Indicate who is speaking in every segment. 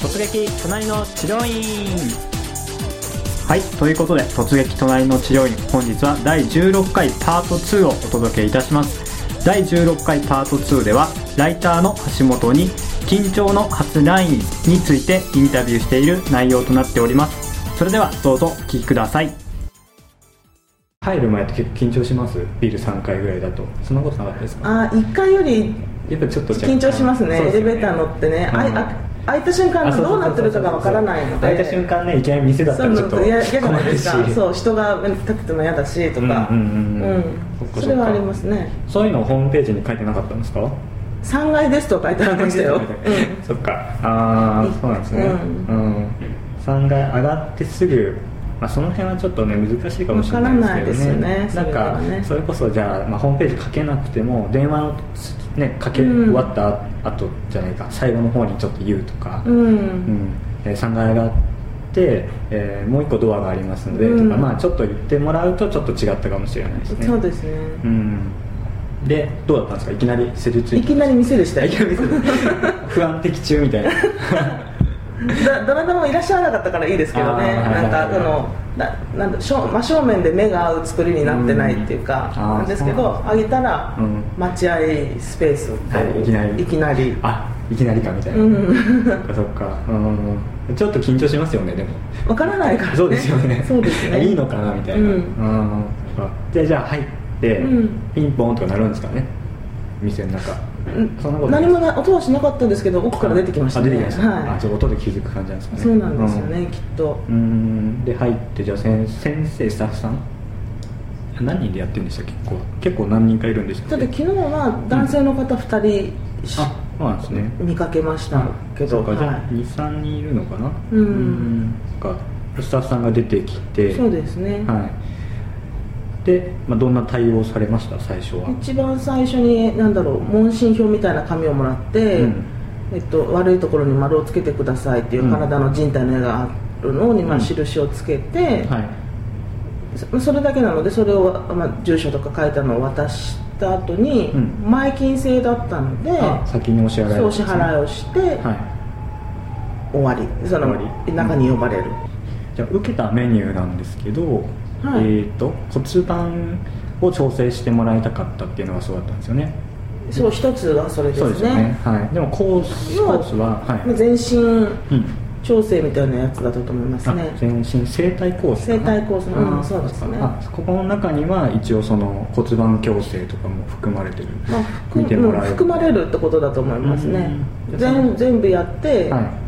Speaker 1: 突撃隣の治療院
Speaker 2: はい、ということで突撃隣の治療院本日は第16回パート2をお届けいたします第16回パート2ではライターの橋本に緊張の初ラインについてインタビューしている内容となっておりますそれではどうぞお聞きください入る前って結構緊張しますビール3回ぐらいだとそんなことなかったですか
Speaker 3: あ1階より
Speaker 2: やっぱちょっと
Speaker 3: 緊張しますねエレベーター乗ってね、あいあ開いた瞬間どうなってるかがわからないので
Speaker 2: 開いた瞬間ねいきなり店だった
Speaker 3: そう
Speaker 2: らちょ
Speaker 3: な
Speaker 2: っ
Speaker 3: ん
Speaker 2: と
Speaker 3: か嫌じゃないです
Speaker 2: 困
Speaker 3: か
Speaker 2: るし
Speaker 3: そう人が立ってても嫌だしとか
Speaker 2: う
Speaker 3: うん
Speaker 2: うん
Speaker 3: ん
Speaker 2: うんうんそっかそっか
Speaker 3: それはありますね
Speaker 2: そういうのをホームページに書いてなかったんですか
Speaker 3: 3階ですと書いてありましたよ、うん
Speaker 2: そっかああそうなんですねう、
Speaker 3: うん
Speaker 2: 3階上がってすぐまあ、その辺はちょっとね難しいかもしれないですけどね
Speaker 3: わからないです
Speaker 2: な
Speaker 3: よね
Speaker 2: んか
Speaker 3: それはね
Speaker 2: それこそじゃあ、まあ、ホームページ書けなくても電話の、ね、かけ
Speaker 3: うん
Speaker 2: 終わった後じゃないか、最後の方にちょっと言うとか、
Speaker 3: うん
Speaker 2: うんえ3階上がって、えーもう1個ドアがありますので、
Speaker 3: うん
Speaker 2: とか、まあ、ちょっと言ってもらうとちょっと違ったかもしれないですね
Speaker 3: そうですね、
Speaker 2: うんでどうだったんですかいきなり施術
Speaker 3: いきなり店でしたよ
Speaker 2: いきなり不安的中みたいな
Speaker 3: だどなたもいらっしゃらなかったからいいですけどね
Speaker 2: あー
Speaker 3: なんかそのななんだ正真正面で目が合う作りになってないっていうか
Speaker 2: うんあー
Speaker 3: なんですけ
Speaker 2: そう
Speaker 3: どあげたら
Speaker 2: うん
Speaker 3: 待合スペースをこう
Speaker 2: はいいきなり
Speaker 3: いきなり
Speaker 2: あいきなりかみたいな、
Speaker 3: うん
Speaker 2: そっかそっかうんちょっと緊張しますよねでも
Speaker 3: わからないからね
Speaker 2: そうですよね
Speaker 3: そうですね
Speaker 2: いいのかなみたいな
Speaker 3: うん
Speaker 2: うんそっかでじゃあ入って、
Speaker 3: うん
Speaker 2: ピンポンとかなるんですかね店の中、
Speaker 3: うん
Speaker 2: そんなことない
Speaker 3: 何もな音はしなかったんですけど奥から出てきましたね
Speaker 2: あ出てきました、あ
Speaker 3: は
Speaker 2: じゃあ音で気づく感じなんですか
Speaker 3: い
Speaker 2: ね
Speaker 3: そうなんですよね、
Speaker 2: うん
Speaker 3: きっと
Speaker 2: うんで入ってじゃあ先先生スタッフさん何人でやってるんでしたっけ結構結構何人かいるんでした
Speaker 3: だ
Speaker 2: っ
Speaker 3: っ
Speaker 2: け
Speaker 3: て昨日は男性の方2人し、
Speaker 2: あそうなんですね
Speaker 3: 見かけましたけ
Speaker 2: そ
Speaker 3: ど
Speaker 2: うかじゃあ
Speaker 3: は
Speaker 2: 23人いるのかな
Speaker 3: うん
Speaker 2: そっかスタッフさんが出てきて
Speaker 3: い、そうですね、
Speaker 2: はいで、まあ、どんな対応されました最初は
Speaker 3: 一番最初に何だろう問診票みたいな紙をもらって、
Speaker 2: うん
Speaker 3: えっと、悪いところに丸をつけてくださいっていう、
Speaker 2: うん
Speaker 3: 体の人体の絵があるのに、
Speaker 2: う
Speaker 3: まあ、
Speaker 2: ん
Speaker 3: 印をつけて、
Speaker 2: はい
Speaker 3: そそれだけなのでそれを、まあ、住所とか書いたのを渡した後に、
Speaker 2: うん
Speaker 3: 前金制だったので
Speaker 2: あ先にお支払い
Speaker 3: そう支払いをして、
Speaker 2: はい
Speaker 3: 終わりその
Speaker 2: 終わり
Speaker 3: 中に呼ばれる、
Speaker 2: じゃあ受けたメニューなんですけど、
Speaker 3: はい
Speaker 2: えっ、と骨盤を調整してもらいたかったっていうのがそうだったんですよね
Speaker 3: そう一つはそれです
Speaker 2: そう
Speaker 3: ね
Speaker 2: ですよねはい、でもコース
Speaker 3: 要は
Speaker 2: コースは、は
Speaker 3: まあ
Speaker 2: い
Speaker 3: 全身
Speaker 2: うん
Speaker 3: 調整みたいなやつだったと思います
Speaker 2: あ
Speaker 3: ね
Speaker 2: 全身整体コースかな
Speaker 3: 整体コースうん
Speaker 2: あ
Speaker 3: そうですね
Speaker 2: あここの中には一応その骨盤矯正とかも含まれてる、
Speaker 3: まあ、含
Speaker 2: 見てもらえる
Speaker 3: うん含まれるってことだと思いますね
Speaker 2: うん
Speaker 3: 全全部やって、
Speaker 2: はい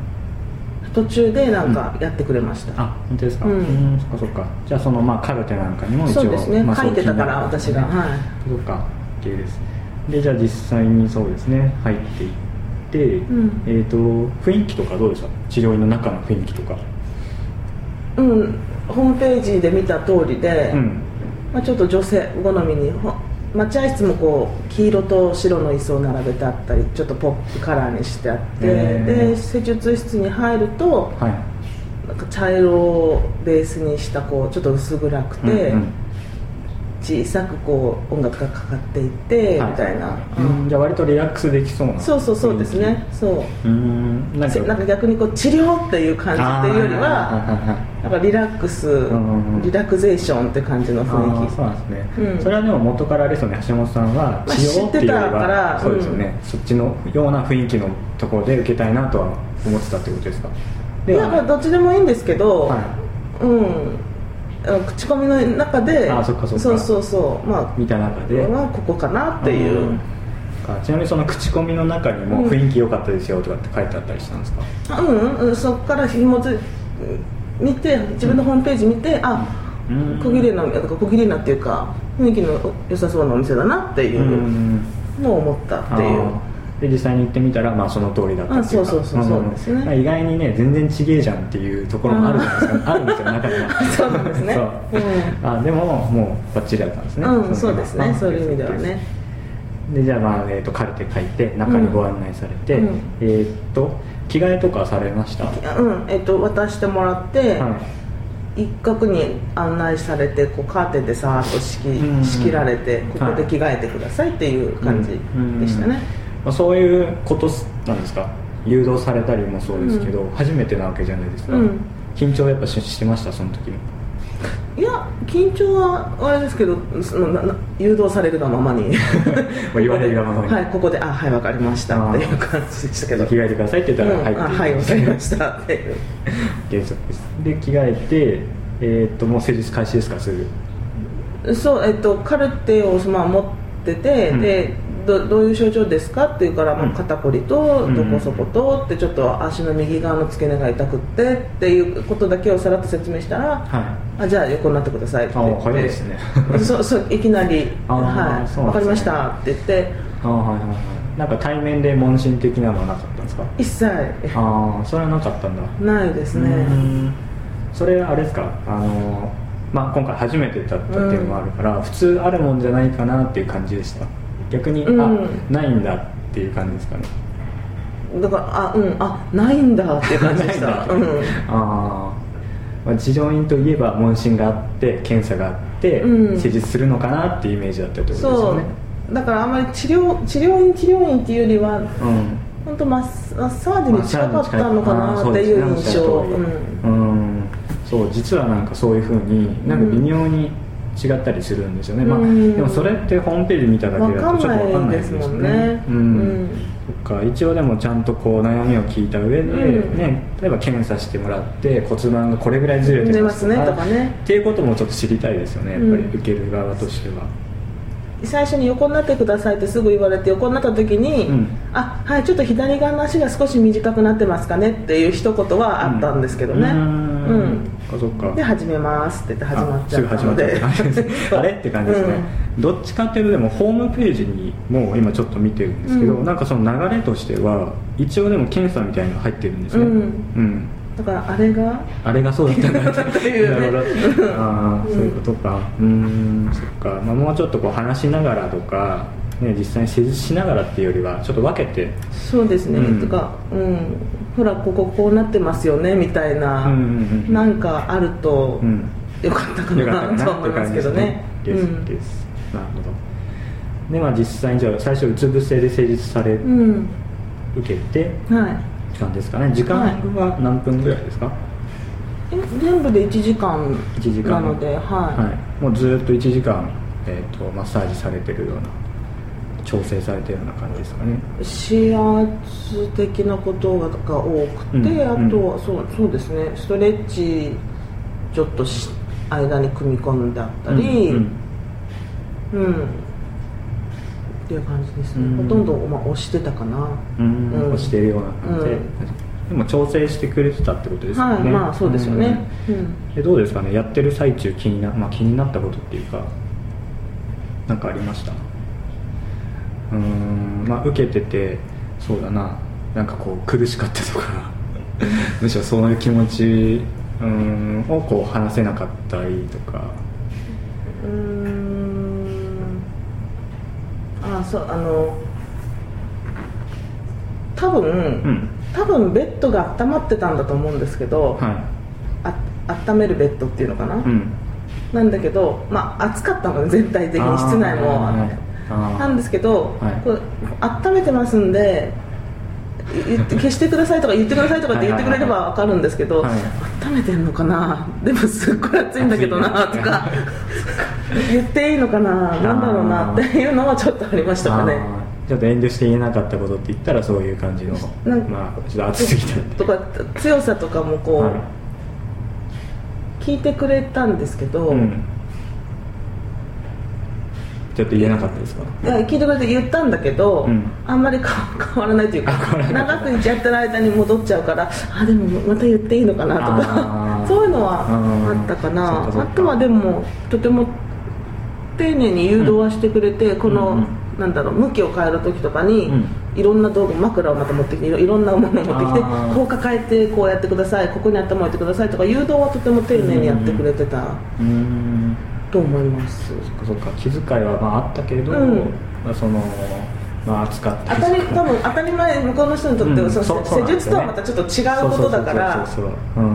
Speaker 3: 途中でなんかやってくれました、
Speaker 2: あ本当ですかう
Speaker 3: うんん
Speaker 2: そっかそっかじゃあそのまあカルテなんかにも一応
Speaker 3: そうですね、
Speaker 2: まあ
Speaker 3: 書いてたから
Speaker 2: そう気
Speaker 3: 私
Speaker 2: に
Speaker 3: が、
Speaker 2: なる
Speaker 3: はい
Speaker 2: そっか OK ですでじゃあ実際にそうですね入っていって、
Speaker 3: ん
Speaker 2: えっ、と雰囲気とかどうでした治療院の中の雰囲気とか
Speaker 3: うんホームページで見た通りで、
Speaker 2: うん
Speaker 3: まあ、ちょっと女性好みにほ待合室もこう黄色と白の椅子を並べてあったりちょっとポップカラーにしてあって、
Speaker 2: へー
Speaker 3: で施術室に入ると
Speaker 2: はい
Speaker 3: なんか茶色をベースにしたこうちょっと薄暗くて、
Speaker 2: うんうん
Speaker 3: 小さくこう音楽がかかっていて、
Speaker 2: はい
Speaker 3: みたいな、
Speaker 2: うんじゃあ割とリラックスできそうな
Speaker 3: そうそうそうですねそう
Speaker 2: うーんなんか
Speaker 3: せなんか逆にこう治療っていう感じっていうより
Speaker 2: あー
Speaker 3: は
Speaker 2: はいはいはい
Speaker 3: なんかリラックス、
Speaker 2: んうんうん
Speaker 3: リラクゼーションって感じの
Speaker 2: あ
Speaker 3: 雰囲
Speaker 2: ー
Speaker 3: 気
Speaker 2: そうなんですね、
Speaker 3: うん
Speaker 2: それはでも元からあれですよね橋本さんは
Speaker 3: まあ
Speaker 2: 治療っていうよりは、
Speaker 3: 知ってたから
Speaker 2: そうですよね、そっちのような雰囲気のところで受けたいなとは思ってたってことですか
Speaker 3: い
Speaker 2: で
Speaker 3: やまあどっちでもいいんですけど、
Speaker 2: はい
Speaker 3: うんあの口コミの中で
Speaker 2: あそっかそっか
Speaker 3: そうそうそうまあ
Speaker 2: 見た中で、
Speaker 3: ここはここかなっていう、
Speaker 2: んあちなみにその口コミの中にも
Speaker 3: うん
Speaker 2: 雰囲気良かったですよとかって書いてあったりしたんですか、
Speaker 3: あうんうんそこから紐づい見て自分のホームページ見て、あ
Speaker 2: うん
Speaker 3: 小切れななんか小切れなっていうか雰囲気の良さそうなお店だなっていうのを思ったっていう、
Speaker 2: あーで実際に行ってみたら、まあ、その通りだったっていうか
Speaker 3: あそうそうそうそうん
Speaker 2: ん
Speaker 3: ですね
Speaker 2: まあ意外にね全然ちげえじゃんっていうところもあるじゃないですかあるんですよ中には
Speaker 3: そうなんです ね
Speaker 2: そう
Speaker 3: う
Speaker 2: あでももうバッチリだったんですね、
Speaker 3: うんそうですね
Speaker 2: あ
Speaker 3: そういう意味では
Speaker 2: そう
Speaker 3: ね
Speaker 2: すでじゃあ、まあえー、とカルテ書いて中にご案内されて、
Speaker 3: うん
Speaker 2: えっ、と着替えとかされましたは
Speaker 3: あうんえっと渡してもらって、
Speaker 2: い
Speaker 3: 一角に案内されてこうカーテンでさーっと仕切,、
Speaker 2: うんうん
Speaker 3: 仕切られてここで着替えてくださいっていう感じでしたね、
Speaker 2: うんうんまあ、そういうことなんですか誘導されたりもそうですけど、初めてなわけじゃないですか、
Speaker 3: うん
Speaker 2: 緊張はやっぱししてましたその時も
Speaker 3: いや緊張はあれですけどそのなな誘導されるがままに
Speaker 2: あ言われるがままに
Speaker 3: はいここで「あはいわかりました」
Speaker 2: あ
Speaker 3: っ
Speaker 2: ー
Speaker 3: ていう感じでしたけ
Speaker 2: 着
Speaker 3: ど
Speaker 2: 替えてくださいって言ったら「
Speaker 3: うんあ
Speaker 2: は」
Speaker 3: はいいわかりましたっていう
Speaker 2: 原則ですで着替えてえーっともう施術開始ですからすぐ
Speaker 3: そう、えっと、カルテを、まあ、持ってて、
Speaker 2: うん
Speaker 3: でどどういう症状ですかって言うから、まあ
Speaker 2: うん
Speaker 3: 肩こりと
Speaker 2: うん
Speaker 3: どこそことってちょっと足の右側の付け根が痛くってっていうことだけをさらっと説明したら、
Speaker 2: はい
Speaker 3: あじゃあ横になってくださいって言
Speaker 2: あ
Speaker 3: っ
Speaker 2: 早い
Speaker 3: て
Speaker 2: ですね
Speaker 3: そうそういきなり「
Speaker 2: あー
Speaker 3: はい、
Speaker 2: そう
Speaker 3: わ
Speaker 2: なんですね
Speaker 3: かりました」って言って
Speaker 2: あーはいはいはいなんか対面で問診的なのはなかったんですか
Speaker 3: 一切
Speaker 2: ああそれはなかったんだ
Speaker 3: ないですね、
Speaker 2: うんそれあれですかあのまあ今回初めてだったっていうのもあるから、普通あるもんじゃないかなっていう感じでした逆に、
Speaker 3: うん
Speaker 2: あないんだっていう感じですかね
Speaker 3: だからあうんあないんだっていう感じでし
Speaker 2: な
Speaker 3: た
Speaker 2: いんだ
Speaker 3: うん
Speaker 2: あーまあ地上院といえば問診があって検査があって、
Speaker 3: うん
Speaker 2: 施術するのかなっていうイメージだったってことです
Speaker 3: そ
Speaker 2: よ
Speaker 3: う
Speaker 2: ね
Speaker 3: だからあんまり治療治療院治療院っていうよりは
Speaker 2: うん
Speaker 3: 本当マッマッサージに近かったのかなっていう
Speaker 2: あーそう
Speaker 3: 印象、
Speaker 2: ですねうん、そう実はなんかそういうふうになんか微妙に違ったりするんですよね、まあ、
Speaker 3: うん
Speaker 2: でもそれってホームページ見ただけだとちょっと分かんないです
Speaker 3: わ
Speaker 2: よ
Speaker 3: かん
Speaker 2: ね
Speaker 3: ないですもんね
Speaker 2: うん
Speaker 3: うん
Speaker 2: そっか一応でもちゃんとこう悩みを聞いた上で、
Speaker 3: うん
Speaker 2: ね、例えば検査してもらって骨盤がこれぐらいずれ
Speaker 3: うん、
Speaker 2: て
Speaker 3: 出
Speaker 2: ま
Speaker 3: ますすねとかね
Speaker 2: っていうこともちょっと知りたいですよねやっぱり
Speaker 3: うん
Speaker 2: 受ける側としては、
Speaker 3: 最初に横になってくださいってすぐ言われて横になった時に、
Speaker 2: うん
Speaker 3: あはいちょっと左側の足が少し短くなってますかねっていう一言はあったんですけどね、
Speaker 2: う
Speaker 3: うんん
Speaker 2: そっかそっか
Speaker 3: で始めますって言って始まっちゃったの
Speaker 2: あす
Speaker 3: で
Speaker 2: ぐ始まっちゃった あれって感じですね、どっちかっていうとでもホームページにもう今ちょっと見てるんですけど、
Speaker 3: うん
Speaker 2: なんかその流れとしては一応でも検査みたいなのが入ってるんですね
Speaker 3: うん
Speaker 2: うん
Speaker 3: うんだからあれが
Speaker 2: あれがそうだったんだっ
Speaker 3: っていうね
Speaker 2: なるほどああ、そういうことかうーんそっか、まあ、もうちょっとこう話しながらとか、ね、実際に施術しながらっていうよりはちょっと分けて
Speaker 3: そうですね、
Speaker 2: うん
Speaker 3: とか、うん、ほらこここうなってますよねみたいな、
Speaker 2: うんうんうん
Speaker 3: なんかあると、
Speaker 2: うん
Speaker 3: よかったか
Speaker 2: よかったか
Speaker 3: な
Speaker 2: な
Speaker 3: と
Speaker 2: って
Speaker 3: 思い
Speaker 2: いう
Speaker 3: ま
Speaker 2: 感
Speaker 3: す
Speaker 2: じ
Speaker 3: け
Speaker 2: で
Speaker 3: ど
Speaker 2: す
Speaker 3: ね
Speaker 2: ね。ですですなるほどでまあ実際にじゃあ最初うつ伏せで施術され、
Speaker 3: うん、
Speaker 2: 受けて
Speaker 3: うん、はい。
Speaker 2: 時間ですかね時間は何分ぐらいですか、
Speaker 3: え全部で1時間
Speaker 2: 1時間
Speaker 3: なので、は
Speaker 2: はい、もうずーっと1時間、えー、とマッサージされてるような調整されてるような感じですかね
Speaker 3: い、指圧的なことが多く
Speaker 2: う
Speaker 3: て、
Speaker 2: ん
Speaker 3: あとはそうそうですねストレッチちょっとし間に組み込んであった
Speaker 2: う
Speaker 3: り、うんん
Speaker 2: うん
Speaker 3: っていう感じですね、
Speaker 2: うん
Speaker 3: ほとんど、まあ、押してたかな、
Speaker 2: うん
Speaker 3: うん
Speaker 2: 押してるような感じで、
Speaker 3: うん
Speaker 2: でも調整してくれてたってことですよね、
Speaker 3: はいまあそうですよね、うん
Speaker 2: うんえどうですかねやってる最中気にな,、まあ、気になったことっていうかなんかありましたうーんまあ受けててそうだななんかこう苦しかったとか むしろそういう気持ちうーんをこう話せなかったりとか
Speaker 3: うーんあそうあの多分、
Speaker 2: うん
Speaker 3: 多分ベッドが温まってたんだと思うんですけど、
Speaker 2: は
Speaker 3: あ温めるベッドっていうのかな、
Speaker 2: いうん
Speaker 3: なんだけど、まあ、暑かったので全体的に室内も
Speaker 2: あーはいあ
Speaker 3: なん
Speaker 2: ー
Speaker 3: ですけど、
Speaker 2: はい
Speaker 3: こう温めてますんでい言って消してくださいとか言ってくださいとかって言ってくれれば分かるんですけど、
Speaker 2: はいはい
Speaker 3: 温めてんのかなでもすっごい暑いんだけどな
Speaker 2: 暑い
Speaker 3: と
Speaker 2: ね
Speaker 3: か 言っていいのかななんだろうなっていうのはちょっとありましたかね
Speaker 2: あーちょっと遠慮して言えなかったことって言ったらそういう感じの
Speaker 3: なんか
Speaker 2: まあちょっと熱すぎたって
Speaker 3: とか強さとかもこう、
Speaker 2: はい
Speaker 3: 聞いてくれたんですけど、
Speaker 2: うんちょっと言えなかったですか
Speaker 3: いや聞いてくれて言ったんだけど、
Speaker 2: うん
Speaker 3: あんまりか変わらないというか
Speaker 2: あ変わらない
Speaker 3: 長くいっちゃってる間に戻っちゃうからあでもまた言っていいのかなと
Speaker 2: あ
Speaker 3: か
Speaker 2: ー
Speaker 3: そういうのは
Speaker 2: うん
Speaker 3: あったかな
Speaker 2: そうかそう
Speaker 3: あ
Speaker 2: か
Speaker 3: とはでもとても丁寧に誘導はしてくれて、この、
Speaker 2: うん
Speaker 3: なんだろう向きを変える時とかに、
Speaker 2: うん
Speaker 3: いろんな道具枕をまた持ってきていろいろんなものを持ってきて
Speaker 2: あー
Speaker 3: こう抱えてこうやってくださいここに頭置いてくださいとか誘導はとても丁寧にやってくれてた
Speaker 2: うーん
Speaker 3: と思います。
Speaker 2: そっかそっか気遣いはまああったけれど、
Speaker 3: うん
Speaker 2: まあ、そのまあ暑かった
Speaker 3: 当たり多分当たり前向こうの人にとっては、
Speaker 2: うん
Speaker 3: その
Speaker 2: そうそうなん
Speaker 3: 施
Speaker 2: です
Speaker 3: 術と
Speaker 2: よね
Speaker 3: はまたちょっと違うことだから
Speaker 2: そうそうそうそうそううん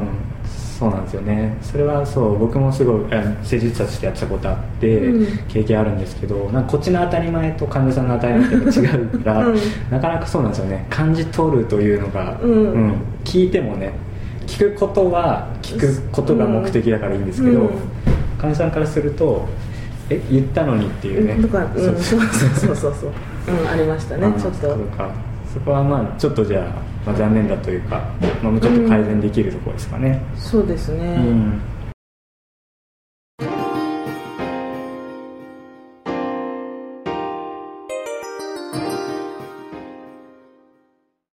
Speaker 2: そそうなんですよねそれはそう僕もすごいあの施術者としてやってたことあって、
Speaker 3: うん
Speaker 2: 経験あるんですけどなんかこっちの当たり前と患者さんの当たり前ってやっぱ違うから、
Speaker 3: うん
Speaker 2: なかなかそうなんですよね感じ取るというのが、
Speaker 3: うん
Speaker 2: 聞いてもね聞くことは聞くことが目的だからいいんですけど、
Speaker 3: うん
Speaker 2: 患者さんからするとえ言ったのにっていうね
Speaker 3: とか、う
Speaker 2: そ
Speaker 3: ん、そうそうそうそう、うん、ありましたね
Speaker 2: あー
Speaker 3: ちょっ
Speaker 2: そ
Speaker 3: と
Speaker 2: うかそこはまあちょっとじゃあ、まあ、残念だというか、まあ、もうちょっと改善できるところですかね
Speaker 3: そうですね、
Speaker 2: うん